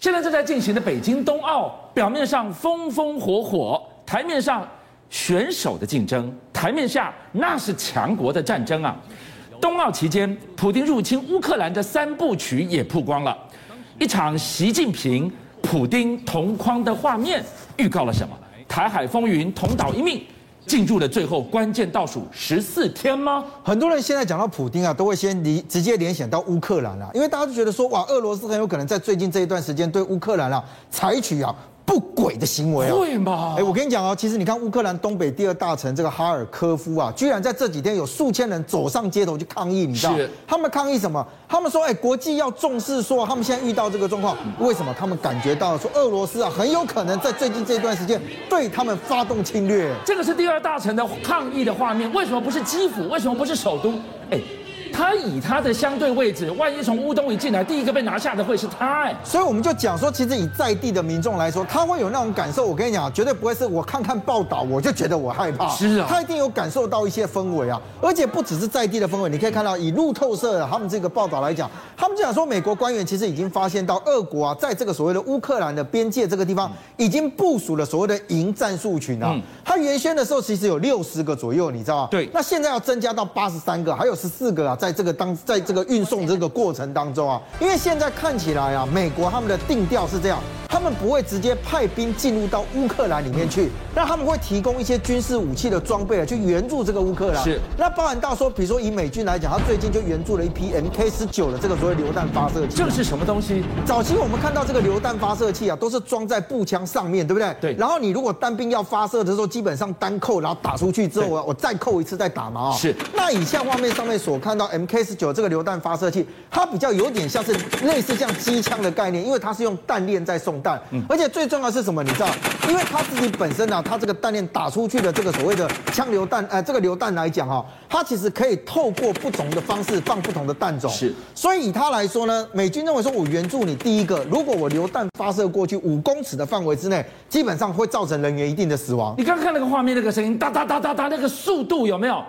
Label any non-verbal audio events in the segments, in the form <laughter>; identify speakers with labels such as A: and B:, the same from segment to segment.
A: 现在正在进行的北京冬奥，表面上风风火火，台面上选手的竞争，台面下那是强国的战争啊！冬奥期间，普京入侵乌克兰的三部曲也曝光了，一场习近平、普京同框的画面预告了什么？台海风云同岛一命，进入了最后关键倒数十四天吗？
B: 很多人现在讲到普丁啊，都会先离直接联想到乌克兰啊，因为大家都觉得说，哇，俄罗斯很有可能在最近这一段时间对乌克兰啊采取啊不轨的行为啊。
A: 会吗？
B: 哎，我跟你讲哦，其实你看乌克兰东北第二大城这个哈尔科夫啊，居然在这几天有数千人走上街头去抗议，你知道
A: 是？
B: 他们抗议什么？他们说，哎，国际要重视说他们现在遇到这个状况，为什么？他们感觉到说俄罗斯啊很有可能在最近这一段时间对他们发动侵略。
A: 这个是第二大城的抗议的画面，为什么不是基辅？为什么不是首都？哎，他以他的相对位置，万一从乌东一进来，第一个被拿下的会是他哎。
B: 所以我们就讲说，其实以在地的民众来说，他会有那种感受。我跟你讲，绝对不会是我看看报道我就觉得我害怕，
A: 是啊
B: 他一定有感受到一些氛围啊，而且不只是在地的氛围，你可以看到以路透社他们这个报道来讲，他们就讲说，美国官员其实已经发现到俄国啊，在这个所谓的乌克兰的边界这个地方，已经部署了所谓的营战术群啊
A: 嗯。
B: 它原先的时候其实有六十个左右，你知道吗？
A: 对
B: 那现在要增加到八十三个，还有十四个啊，在这个当在这个运送这个过程当中啊，因为现在看起来啊，美国他们的定调是这样，他们不会直接派兵进入到乌克兰里面去，那他们会提供一些军事武器的装备啊，去援助这个乌克兰。
A: 是
B: 那包含到说，比如说以美军来讲，他最近就援助了一批 MK 十九的这个所谓榴弹发射器。
A: 这个是什么东西？
B: 早期我们看到这个榴弹发射器啊，都是装在步枪上面，对不对？
A: 对
B: 然后你如果单兵要发射的时候，基本上单扣，然后打出去之后啊，我再扣一次再打嘛、哦。
A: 是
B: 那以下画面上面所看到 MK 十九这个榴弹发射器，它比较有点像是类似像机枪的概念，因为它是用弹链在送弹，
A: 嗯
B: 而且最重要的是什么？你知道，因为它自己本身啊，它这个弹链打出去的这个所谓的枪榴弹，呃，这个榴弹来讲哈、它其实可以透过不同的方式放不同的弹种。
A: 是
B: 所以以他来说呢，美军认为说，我援助你第一个，如果我榴弹发射过去五公尺的范围之内，基本上会造成人员一定的死亡。
A: 你刚刚看那个画面，那个声音，哒哒哒哒哒，那个速度有没有？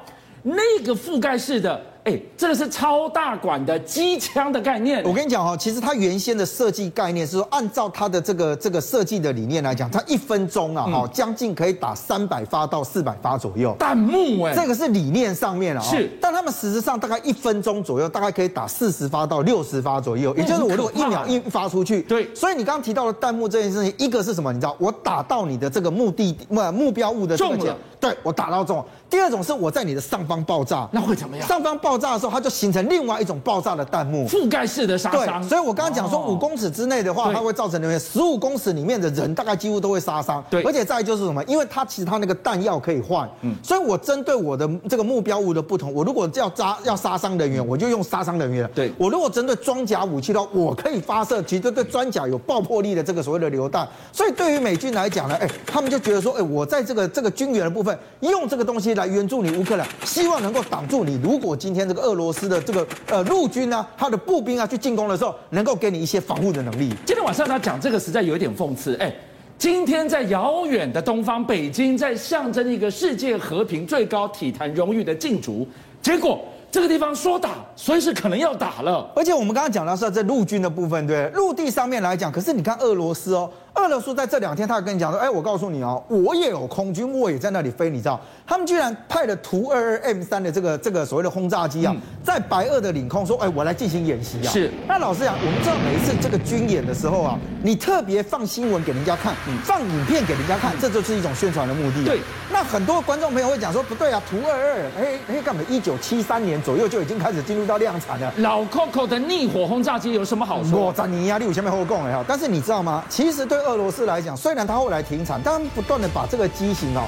A: 那个覆盖式的，哎，这个是超大管的机枪的概念
B: 我。跟你讲哦，其实它原先的设计概念是说，按照它的这个这个设计的理念来讲，它一分钟啊，哦，将近可以打三百发到四百发左右。
A: 弹幕哎，
B: 这个是理念上面了、啊，
A: 是
B: 但他们实质上大概一分钟左右，大概可以打四十发到六十发左右，也就是我如果
A: 哎
B: 一秒一发出去，
A: 对
B: 所以你刚刚提到的弹幕这件事情，一个是什么？你知道，我打到你的这个目的地呃目标物的这个
A: 中了
B: 点，对我打到中了。第二种是我在你的上方爆炸，
A: 那会怎么样？
B: 上方爆炸的时候，它就形成另外一种爆炸的弹幕。
A: 覆盖式的杀
B: 对
A: 伤，，
B: 所以我刚刚讲说
A: 哦
B: 五公尺之内的话，
A: 对
B: 它会造成人员十五公尺里面的人大概几乎都会杀伤。
A: 对
B: 而且再来就是什么？因为它其实它那个弹药可以换，所以我针对我的这个目标物的不同，我如果要扎要杀伤人员，我就用杀伤人员。
A: 对
B: 我如果针对装甲武器的话，我可以发射其实对装甲有爆破力的这个所谓的榴弹。所以对于美军来讲呢，哎，他们就觉得说，哎，我在这个这个军援的部分用这个东西来援助你乌克兰，希望能够挡住你。如果今天这个俄罗斯的这个呃陆军呢、他的步兵啊去进攻的时候，能够给你一些防护的能力。
A: 今天晚上他讲这个实在有一点讽刺，哎。今天在遥远的东方，北京在象征一个世界和平最高体坛荣誉的竞逐，结果这个地方说打，随时可能要打了。
B: 而且我们刚刚讲到是在陆军的部分，对不对陆地上面来讲，可是你看俄罗斯哦，俄罗斯在这两天他有跟你讲说，哎，我告诉你哦，我也有空军，我也在那里飞，你知道，他们居然派了图二二 M 三的这个这个所谓的轰炸机啊，在白俄的领空说，哎，我来进行演习啊。
A: 嗯是
B: 那老实讲，我们知道每一次这个军演的时候啊，你特别放新闻给人家看，放影片给人家看，这就是一种宣传的目的。
A: 嗯
B: 啊
A: 对。
B: 那很多观众朋友会讲说，不对啊，图二二，哎哎，干嘛？一九七三年左右就已经开始进入到量产了。
A: 老 Coco 的逆火轰炸机有什么好
B: 嗯我
A: 说？
B: 在你压力有前面后供了哈，但是你知道吗？其实对俄罗斯来讲，虽然它后来停产，但他们不断的把这个机型哦，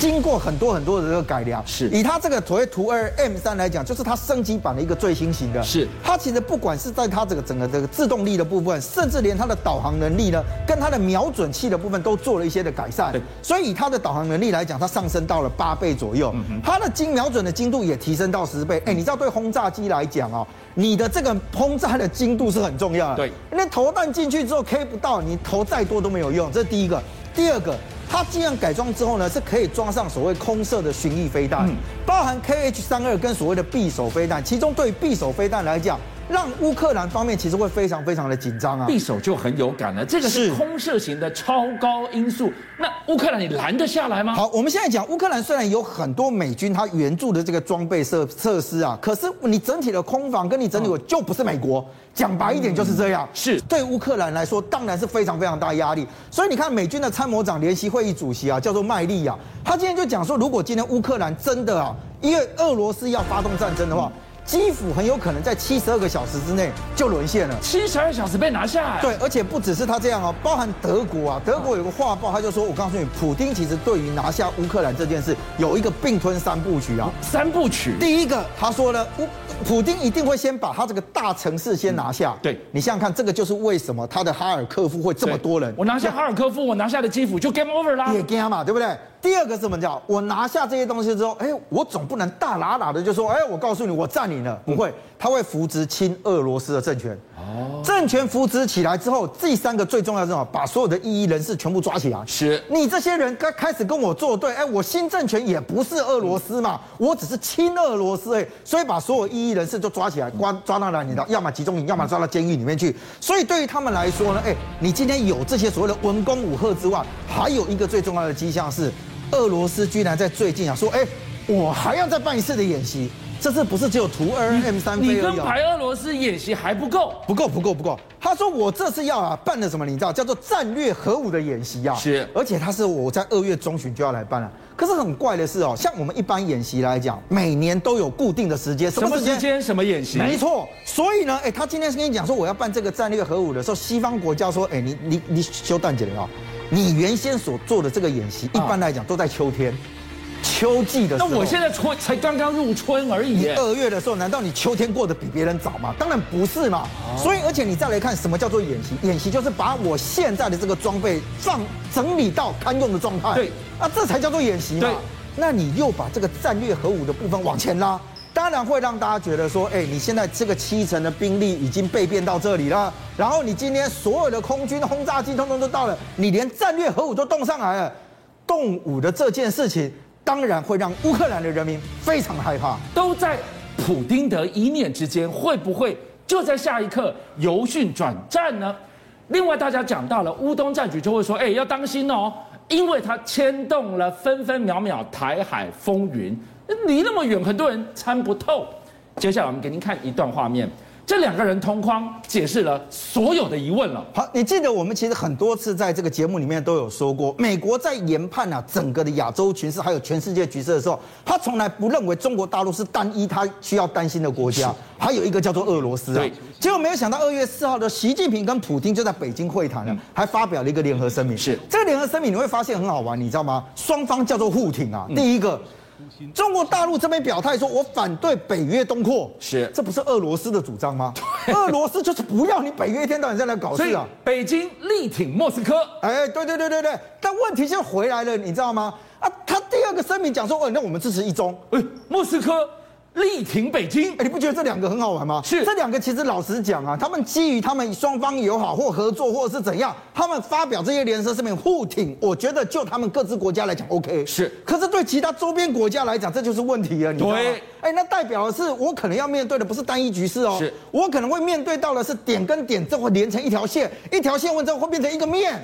B: 经过很多很多的这个改良。
A: 是
B: 以它这个所谓图二 M 三来讲，就是它升级版的一个最新型的。
A: 是
B: 它其实不管是在它这个整个这个自动力的部分，甚至连它的导航能力呢，跟它的瞄准器的部分都做了一些的改善
A: 对。
B: 所以以它的导航能力来讲，它上升到了八倍左右，
A: 嗯
B: 它的精瞄准的精度也提升到十倍。哎，你知道对轰炸机来讲哦，你的这个轰炸的精度是很重要的。
A: 对
B: 那投弹进去之后 K 不到，你投再多都没有用，这是第一个。第二个，它既然改装之后呢，是可以装上所谓空射的巡弋飞弹，包含 KH 三二跟所谓的匕首飞弹。其中对于匕首飞弹来讲，让乌克兰方面其实会非常非常的紧张啊。
A: 匕首就很有感了。这个是
B: 是
A: 空射型的超高音速，那乌克兰你拦得下来吗？
B: 好，我们现在讲乌克兰虽然有很多美军它援助的这个装备设设施啊，可是你整体的空防跟你整体的就不是美国，讲白一点就是这样。
A: 是
B: 对乌克兰来说，当然是非常非常大压力。所以你看，美军的参谋长联席会议主席啊，叫做麦利啊，他今天就讲说，如果今天乌克兰真的啊，因为俄罗斯要发动战争的话，基辅很有可能在七十二个小时之内就沦陷了。
A: 七十二小时被拿下哎来，
B: <laughs> 对，而且不只是他这样哦，包含德
A: 嗯
B: 国啊，德国有个画报，他就说，我告诉你，普丁其实对于拿下乌克兰这件事有一个并吞三部曲啊。
A: 三部曲，
B: 第一个，他说呢，乌普丁一定会先把他这个大城市先拿下。
A: 对
B: 你想想看，这个就是为什么他的哈尔科夫会这么多人
A: 对。我拿下哈尔科夫，我拿下了基辅，就 game over 啦
B: 也。干嘛，对不对？第二个是什么叫？我拿下这些东西之后，哎，我总不能大喇喇的就说，哎，我告诉你，我占领
A: 嗯
B: 了，不会，他会扶植亲俄罗斯的政权。哦，政权扶植起来之后，第三个最重要的是什么？把所有的异议人士全部抓起来。
A: 是
B: 你这些人该开始跟我作对，哎，我新政权也不是俄罗斯嘛，我只是亲俄罗斯哎，所以把所有异议人士都抓起来，抓
A: 嗯
B: 抓到哪里呢？要么集中营，要么抓到监狱里面去。所以对于他们来说呢，哎，你今天有这些所谓的文攻武赫之外，还有一个最重要的迹象是，俄罗斯居然在最近啊说，哎，我还要再办一次的演习，这次不是只有图二 M 三
A: 你
B: 飞而
A: 跟
B: 已、哦。
A: 白俄罗斯演习还不够，
B: 不够，不够，不够。他说我这次要啊办的什么，你知道，叫做战略核武的演习啊。
A: 是
B: 而且他是我在二月中旬就要来办了。可是很怪的是哦，像我们一般演习来讲，每年都有固定的时间，
A: 什么时？间什么演习？
B: 没错，所以呢，哎、他今天是跟你讲说我要办这个战略核武的时候，西方国家说，哎、你你你休蛋姐了啊，你原先所做的这个演习，一般来讲都在秋天、秋季的时
A: 啊那
B: 候。
A: 我现在春才刚刚入春而已
B: 你
A: 耶。
B: 二月的时候，难道你秋天过得比别人早吗？当然不是嘛。
A: 哦
B: 所以，而且你再来看什么叫做演习？演习就是把我现在的这个装备放整理到堪用的状态。
A: 对，
B: 啊，这才叫做演习嘛。
A: 对
B: 那你又把这个战略核武的部分往前拉，当然会让大家觉得说，哎，你现在这个七成的兵力已经被变到这里了，然后你今天所有的空军轰炸机通通都到了，你连战略核武都动上来了，动武的这件事情。当然会让乌克兰的人民非常害怕。
A: 都在普丁的一念之间，会不会就在下一刻由训转战呢？另外，大家讲到了乌东战局，就会说：“哎，要当心哦，因为它牵动了分分秒秒台海风云，离那么远，很多人参不透。”接下来，我们给您看一段画面，这两个人同框，解释了所有的疑问了。
B: 好，你记得我们其实很多次在这个节目里面都有说过，美国在研判啊整个的亚洲局势还有全世界局势的时候，他从来不认为中国大陆是单一他需要担心的国家，还有一个叫做俄罗斯啊
A: 对。
B: 结果没有想到，二月四号的习近平跟普京就在北京会谈了，还发表了一个联合声明。
A: 嗯是
B: 这个联合声明你会发现很好玩，你知道吗？双方叫做互挺啊。
A: 嗯
B: 第一个。中国大陆这边表态说，我反对北约东扩，
A: 是
B: 这不是俄罗斯的主张吗？俄罗斯就是不要你北约一天到晚在那搞
A: 所
B: 事
A: 以
B: 啊。，
A: 北京力挺莫斯科，
B: 哎，对对对对对，但问题就回来了，你知道吗？啊，他第二个声明讲说，哦，那我们支持一中。
A: 哎，莫斯科力挺北京
B: 哎，。你不觉得这两个很好玩吗？
A: 是
B: 这两个其实老实讲啊，他们基于他们双方友好或合作或是怎样，他们发表这些联合声明互挺，我觉得就他们各自国家来讲 OK。
A: 是
B: 可是对其他周边国家来讲，这就是问题了，你知道吗
A: 对？
B: 哎，那代表的是我可能要面对的不是单一局势哦，
A: 是
B: 我可能会面对到的是点跟点，这会连成一条线，一条线完之后会变成一个面。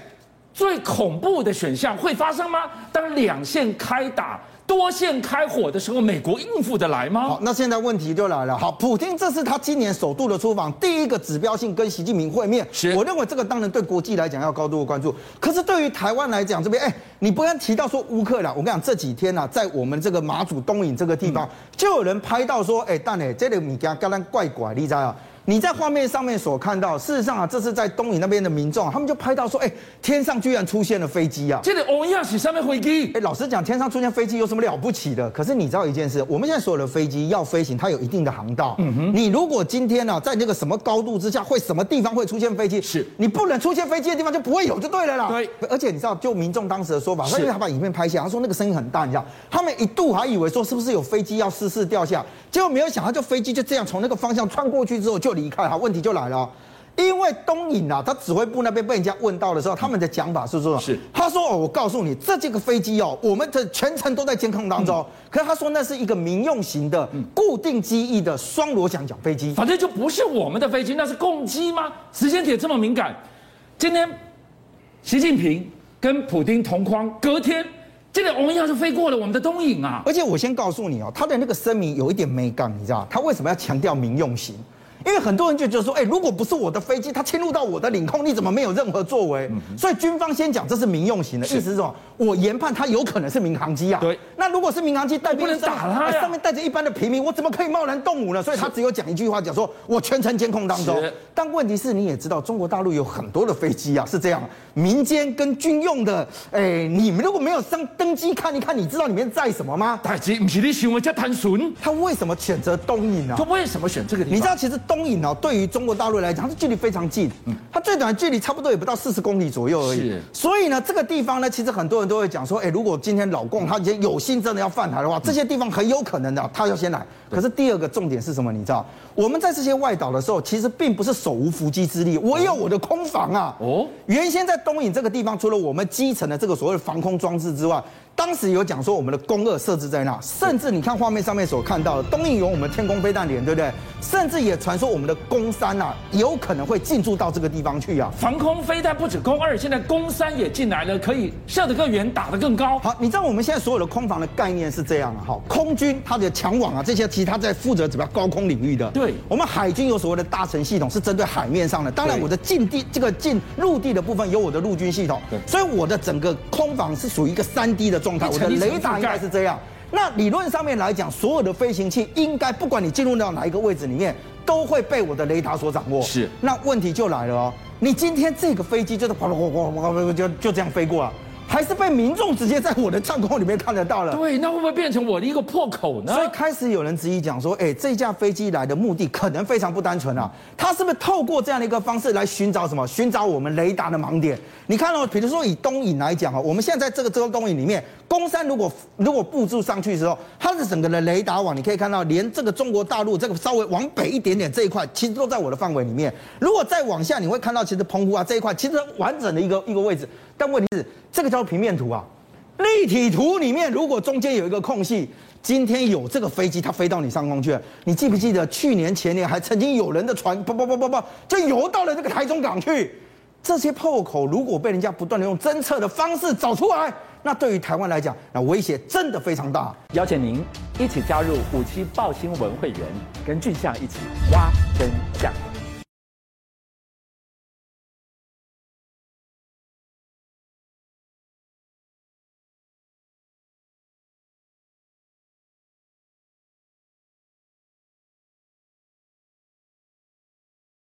A: 最恐怖的选项会发生吗？当两线开打、多线开火的时候，美国应付得来吗
B: 好？，那现在问题就来了。好，普京这是他今年首度的出访，第一个指标性跟习近平会面。
A: 是
B: 我认为这个当然对国际来讲要高度的关注。可是对于台湾来讲，这边哎，你不要提到说乌克兰，我跟你讲，这几天呢、啊，在我们这个马祖东引这个地方，就有人拍到说，哎，蛋哎，这个米家刚刚怪怪，你知道啊？你在画面上面所看到，事实上啊，这是在东引那边的民众，他们就拍到说，哎，天上居然出现了飞机啊！
A: 这里欧亚是上面回击
B: 哎，，老实讲，天上出现飞机有什么了不起的？可是你知道一件事，我们现在所有的飞机要飞行，它有一定的航道。嗯哼，你如果今天呢、啊，在那个什么高度之下，会什么地方会出现飞机？
A: 是
B: 你不能出现飞机的地方就不会有，就对了啦。
A: 对，
B: 而且你知道，就民众当时的说法，
A: 是
B: 他因为他把影片拍下，他说那个声音很大，你知道，他们一度还以为说是不是有飞机要失事掉下，结果没有想到，就飞机就这样从那个方向穿过去之后就离开。好，问题就来了。因为东引啊，他指挥部那边被人家问到的时候，他们的讲法是说，
A: 是
B: 他说哦，我告诉你，这几个飞机哦，我们的全程都在监控当中哦。可是他说那是一个民用型的固定机翼的双螺桨桨飞机，
A: 反正就不是我们的飞机，那是共机吗？时间点这么敏感，今天习近平跟普京同框，隔天这个欧亚就飞过了我们的东引啊。
B: 而且我先告诉你哦，他的那个声明有一点美感，你知道他为什么要强调民用型？因为很多人就觉得说，哎，如果不是我的飞机，它侵入到我的领空，你怎么没有任何作为？所以军方先讲这是民用型的，
A: 嗯是
B: 意思是什么？我研判它有可能是民航机啊。
A: 对
B: 那如果是民航机带
A: 不
B: 兵
A: 能
B: 上
A: 打它
B: 哎
A: 呀
B: 上面带着一般的平民，我怎么可以贸然动武呢？所以他只有讲一句话，讲说我全程监控当中
A: 是。
B: 但问题是，你也知道，中国大陆有很多的飞机啊，是这样，民间跟军用的，哎，你们如果没有上登机看一看，你知道里面载什么吗？
A: 但是不是你想的这贪纯？
B: 他为什么选择东引啊
A: 他？为什么选这个地方？
B: 你知道，其实东引哦，对于中国大陆来讲，它距离非常近，它最短的距离差不多也不到四十公里左右而已
A: 是。
B: 所以呢，这个地方呢，其实很多人都会讲说，哎，如果今天老共他已经有心真的要犯台的话，这些地方很有可能的，他要先来。可是第二个重点是什么？你知道，我们在这些外岛的时候，其实并不是手无缚鸡之力，我有我的空防啊。
A: 哦
B: 哦，原先在东引这个地方，除了我们基层的这个所谓的防空装置之外，当时有讲说我们的弓二设置在那，甚至你看画面上面所看到的，东引有我们天宫飞弹连，对不对？甚至也传说我们的弓三啊，有可能会进驻到这个地方去啊。
A: 防空飞弹不止攻二，现在攻三也进来了，可以射得更远，打得更高。
B: 好，你知道我们现在所有的空防的概念是这样啊，哈，空军它的强网啊，这些其实它在负责怎么样高空领域的。
A: 对
B: 我们海军有所谓的大神系统是针对海面上的，当然
A: 对
B: 我的近地这个近陆地的部分有我的陆军系统
A: 对，
B: 所以我的整个空防是属于一个三 D 的状态，
A: 一
B: 我
A: 层
B: 的
A: 一层
B: 雷达
A: 覆
B: 应
A: 盖
B: 该是这样。那理论上面来讲，所有的飞行器应该不管你进入到哪一个位置里面，都会被我的雷达所掌握。
A: 是
B: 那问题就来了哦，你今天这个飞机就是啪啪啪啪啪就就这样飞过啊，还是被民众直接在我的帐篷里面看得到了。
A: 对，那会不会变成我的一个破口呢？
B: 所以开始有人质疑讲说，哎，这架飞机来的目的可能非常不单纯啊，它是不是透过这样的一个方式来寻找什么？寻找我们雷达的盲点？你看哦，比如说以东引来讲哦，我们现在在这个这个东引里面，公山如果如果布置上去的时候，它的整个的雷达网，你可以看到，连这个中国大陆这个稍微往北一点点这一块，其实都在我的范围里面。如果再往下，你会看到其实澎湖啊这一块，其实完整的一个一个位置。但问题是，这个叫做平面图啊。立体图里面，如果中间有一个空隙，今天有这个飞机它飞到你上空去了，你记不记得去年前年还曾经有人的船不不不不不就游到了这个台中港去？这些破口如果被人家不断的用侦测的方式找出来，那对于台湾来讲，那威胁真的非常大。
C: 邀请您一起加入五七报新闻会员，跟俊相一起挖真相。